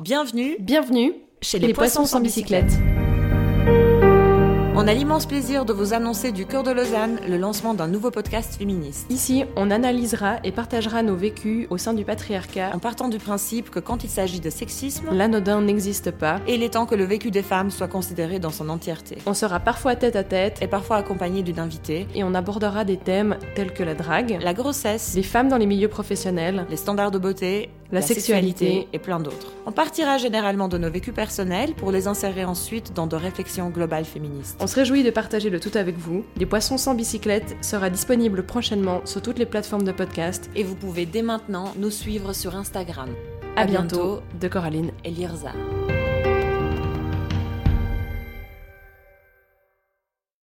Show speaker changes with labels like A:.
A: Bienvenue
B: Bienvenue
A: chez
B: les, poissons sans bicyclette.
A: On a l'immense plaisir de vous annoncer du Cœur de Lausanne le lancement d'un nouveau podcast féministe.
B: Ici, on analysera et partagera nos vécus au sein du patriarcat.
A: En partant du principe que quand il s'agit de sexisme,
B: L'anodin n'existe pas.
A: il est temps que le vécu des femmes soit considéré dans son entièreté.
B: On sera parfois tête à tête
A: Et parfois accompagné d'une invitée,
B: et on abordera des thèmes tels que la drague,
A: la grossesse,
B: les femmes dans les milieux professionnels,
A: les standards de beauté,
B: La sexualité.
A: et plein d'autres. On partira généralement de nos vécus personnels pour les insérer ensuite dans de réflexions globales féministes.
B: On se réjouit de partager le tout avec vous. Les Poissons sans bicyclette sera disponible prochainement sur toutes les plateformes de podcast.
A: Et vous pouvez dès maintenant nous suivre sur Instagram
B: À, bientôt, de Coraline.
A: et Lirza.